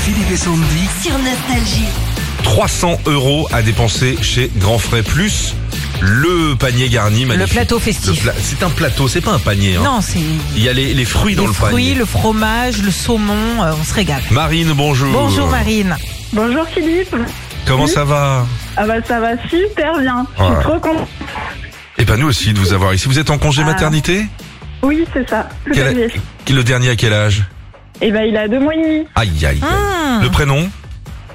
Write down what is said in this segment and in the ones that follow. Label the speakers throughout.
Speaker 1: Philippe et Sandy.
Speaker 2: sur Nostalgie.
Speaker 3: 300 euros à dépenser chez Grand Frais Plus. Le panier garni, magnifique.
Speaker 4: plateau festif.
Speaker 3: Le pla- C'est un plateau, c'est pas un panier. hein.
Speaker 4: Non, c'est
Speaker 3: Il y a les, les fruits dans
Speaker 4: les
Speaker 3: le
Speaker 4: fruits,
Speaker 3: panier.
Speaker 4: le fromage, le saumon, euh, on se régale.
Speaker 3: Marine, bonjour.
Speaker 4: Bonjour Marine.
Speaker 5: Bonjour Philippe.
Speaker 3: Comment ça va
Speaker 5: Ah bah ça va super bien. Je suis
Speaker 3: Ouais.
Speaker 5: trop contente.
Speaker 3: Eh ben nous aussi de vous avoir ici. Vous êtes en congé
Speaker 5: Ah.
Speaker 3: maternité
Speaker 5: Oui, c'est ça. Tout à
Speaker 3: Quel-
Speaker 5: fait.
Speaker 3: Le dernier à quel âge
Speaker 5: Et bah il a deux mois et demi.
Speaker 3: Aïe aïe. aïe. Le prénom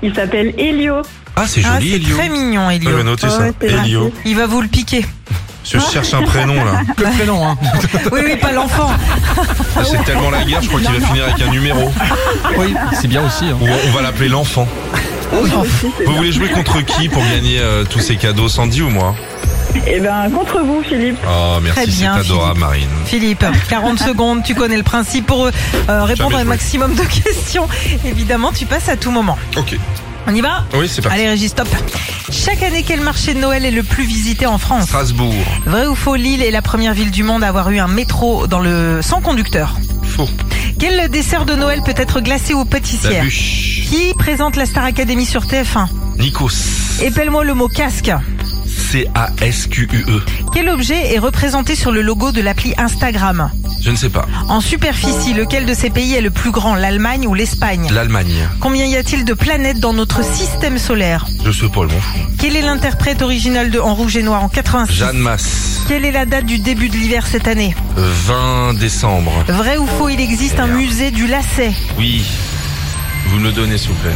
Speaker 5: Il s'appelle Elio.
Speaker 3: Ah c'est
Speaker 4: Ah,
Speaker 3: joli
Speaker 4: c'est
Speaker 3: Elio. Ah,
Speaker 4: très mignon
Speaker 3: Je
Speaker 4: Elio.
Speaker 3: vais noter ça.
Speaker 5: Ah Ouais, c'est gentil.
Speaker 3: Elio.
Speaker 4: Il va vous le piquer.
Speaker 3: Parce que Je cherche un prénom là.
Speaker 4: Le prénom, hein. oui, oui, pas l'enfant.
Speaker 3: Ah, C'est tellement la guerre, je crois qu'il va finir avec un numéro.
Speaker 6: Oui, c'est bien aussi. hein.
Speaker 3: Ou on va l'appeler l'enfant. Vous voulez jouer contre qui pour gagner euh, tous ces cadeaux, Sandy ou moi
Speaker 5: Et ben contre vous Philippe.
Speaker 3: Oh,
Speaker 4: Très
Speaker 3: merci, c'est
Speaker 4: bien,
Speaker 3: adorable,
Speaker 4: Philippe.
Speaker 3: Marine.
Speaker 4: Philippe, 40 secondes, tu connais le principe pour euh, répondre à un
Speaker 3: joué.
Speaker 4: maximum de questions. Évidemment, tu passes à tout moment.
Speaker 3: Ok.
Speaker 4: On y va
Speaker 3: Oui, c'est parti.
Speaker 4: Allez Régis, stop. Chaque année, quel marché de Noël est le plus visité en France
Speaker 3: Strasbourg.
Speaker 4: Vrai ou faux, Lille est la première ville du monde à avoir eu un métro dans le sans conducteur.
Speaker 3: Faux.
Speaker 4: Quel dessert de Noël peut être glacé ou
Speaker 3: La
Speaker 4: pâtissière
Speaker 3: bûche.
Speaker 4: Qui présente la Star Academy sur TF1
Speaker 3: Nikos.
Speaker 4: Épelle-moi le mot casque.
Speaker 3: C-A-S-Q-U-E.
Speaker 4: Quel objet est représenté sur le logo de l'appli Instagram
Speaker 3: Je ne sais pas.
Speaker 4: En superficie, lequel de ces pays est le plus grand, l'Allemagne ou l'Espagne
Speaker 3: L'Allemagne.
Speaker 4: Combien y a-t-il de planètes dans notre système solaire
Speaker 3: Je sais pas, je m'en fous.
Speaker 4: Quel est l'interprète original de En Rouge et Noir en 86
Speaker 3: Jeanne Masse.
Speaker 4: Quelle est la date du début de l'hiver cette année
Speaker 3: 20 décembre.
Speaker 4: Vrai ou faux, il existe un
Speaker 3: Merde.
Speaker 4: musée du lacet
Speaker 3: Oui. Vous me le donnez, s'il vous plaît.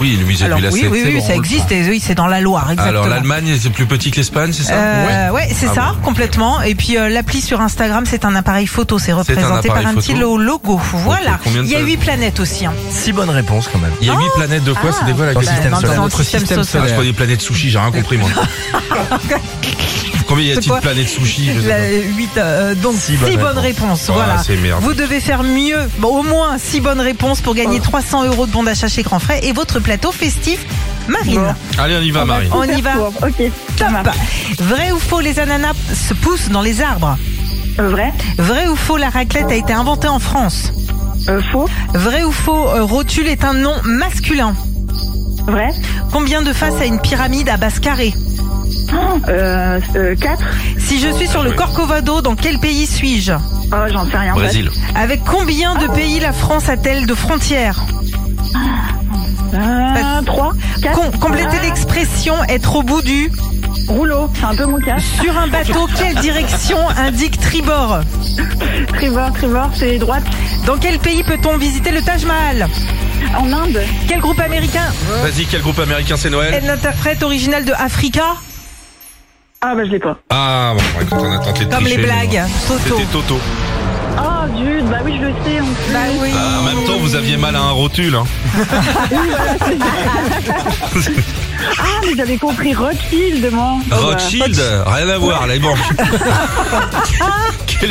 Speaker 3: Oui, le musée
Speaker 4: Alors
Speaker 3: du
Speaker 4: oui,
Speaker 3: lacet.
Speaker 4: oui,
Speaker 3: c'est
Speaker 4: oui,
Speaker 3: bon,
Speaker 4: ça
Speaker 3: on le
Speaker 4: existe, et oui, c'est dans la Loire,
Speaker 3: prend.
Speaker 4: exactement.
Speaker 3: Alors, l'Allemagne, c'est plus petit que l'Espagne, c'est ça
Speaker 4: Euh, ouais, c'est
Speaker 3: Ah
Speaker 4: ça,
Speaker 3: bon.
Speaker 4: complètement. Et puis euh, l'appli sur Instagram, c'est un appareil photo. C'est représenté par
Speaker 3: appareil
Speaker 4: un petit
Speaker 3: photo.
Speaker 4: lo- logo. Voilà.
Speaker 3: combien de
Speaker 4: Il y a
Speaker 3: pages
Speaker 4: huit planètes aussi. hein.
Speaker 6: Si bonne réponse quand même.
Speaker 3: Il y a 8 planètes de quoi
Speaker 4: ah,
Speaker 3: C'était quoi la
Speaker 6: Dans le
Speaker 3: question
Speaker 6: système
Speaker 4: dans
Speaker 6: solaire.
Speaker 4: notre
Speaker 6: Notre
Speaker 4: système
Speaker 6: système
Speaker 3: Ah,
Speaker 4: solaire.
Speaker 3: je
Speaker 6: solaire.
Speaker 3: crois des planètes sushi, j'ai rien compris moi. Combien y
Speaker 4: C'est
Speaker 3: a-t-il
Speaker 4: quoi
Speaker 3: de planètes sushi je sais
Speaker 4: La-
Speaker 3: pas.
Speaker 4: huit, euh, donc
Speaker 6: Six
Speaker 4: six,
Speaker 6: bonnes
Speaker 4: bonnes
Speaker 6: réponses.
Speaker 4: réponses.
Speaker 3: Ah,
Speaker 4: voilà.
Speaker 3: c'est merde.
Speaker 4: Vous devez faire mieux. Bon, au moins six bonnes réponses pour gagner 300 euros de bon d'achat chez Grand Frais et votre plateau festif. Marine,
Speaker 3: Allez, on y
Speaker 4: Ah,
Speaker 3: va, Marine.
Speaker 4: on y va.
Speaker 5: Pour- Ok. Ça
Speaker 4: Top.
Speaker 5: marche.
Speaker 4: Vrai ou faux, les ananas se poussent dans les arbres.
Speaker 5: Euh, Vrai.
Speaker 4: Vrai ou faux, la raclette a été inventée en France.
Speaker 5: Euh, faux.
Speaker 4: Vrai ou faux, euh, rotule est un nom masculin.
Speaker 5: Vrai.
Speaker 4: Combien de faces a une pyramide à base carrée
Speaker 5: Euh, euh, quatre.
Speaker 4: Si je suis sur le Corcovado, dans quel pays suis-je
Speaker 5: Oh j'en sais rien. en fait.
Speaker 3: Brésil.
Speaker 4: Avec combien de pays la France a-t-elle de frontières
Speaker 5: Euh, trois. Quatre. Ah.
Speaker 4: Com- Complétez l'expression être au bout du.
Speaker 5: Rouleau. C'est un peu mon cas.
Speaker 4: Sur un bateau, quelle direction indique tribord
Speaker 5: Trevor, Trevor, c'est droite.
Speaker 4: Dans quel pays peut-on visiter le Taj Mahal
Speaker 5: En Inde.
Speaker 4: Quel groupe américain
Speaker 3: Vas-y, quel groupe américain c'est
Speaker 4: est
Speaker 3: Noël
Speaker 4: l'interprète original de Africa
Speaker 5: Ah bah je l'ai pas.
Speaker 3: Ah, bon, écoute, on a tenté de
Speaker 4: Comme les
Speaker 3: tricher,
Speaker 4: blagues,
Speaker 3: mais bon.
Speaker 4: Toto.
Speaker 3: C'était Toto.
Speaker 5: Oh zut. Bah oui je le sais. on sait.
Speaker 4: Bah oui.
Speaker 3: Ah, en même temps, vous aviez mal à un rotule. Hein.
Speaker 5: Ah mais j'avais compris Rothschild moi. Oh, bah.
Speaker 3: Rothschild, rien à voir, les banques. Quel-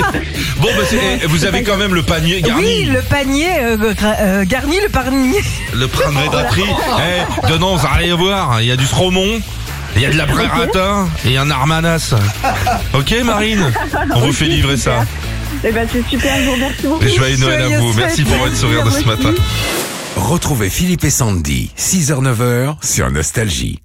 Speaker 3: bon, bah, c'est- eh, vous avez quand même le panier garni.
Speaker 4: Oui, le panier euh, gra- euh, garni, le panier.
Speaker 3: Le printemps de draperie. Eh, dedans, vous allez voir, il y a du saumon, il y a de la pré-ratin et un armanas. Ok, Marine On vous fait livrer ça.
Speaker 5: Eh ben c'est super. Je vous remercie beaucoup.
Speaker 3: Et joyeux Noël à vous.
Speaker 4: Joyeuses
Speaker 3: Merci pour
Speaker 4: fêtes.
Speaker 3: votre sourire de ce matin.
Speaker 1: Retrouvez Philippe et Sandy, 6h-9h sur Nostalgie.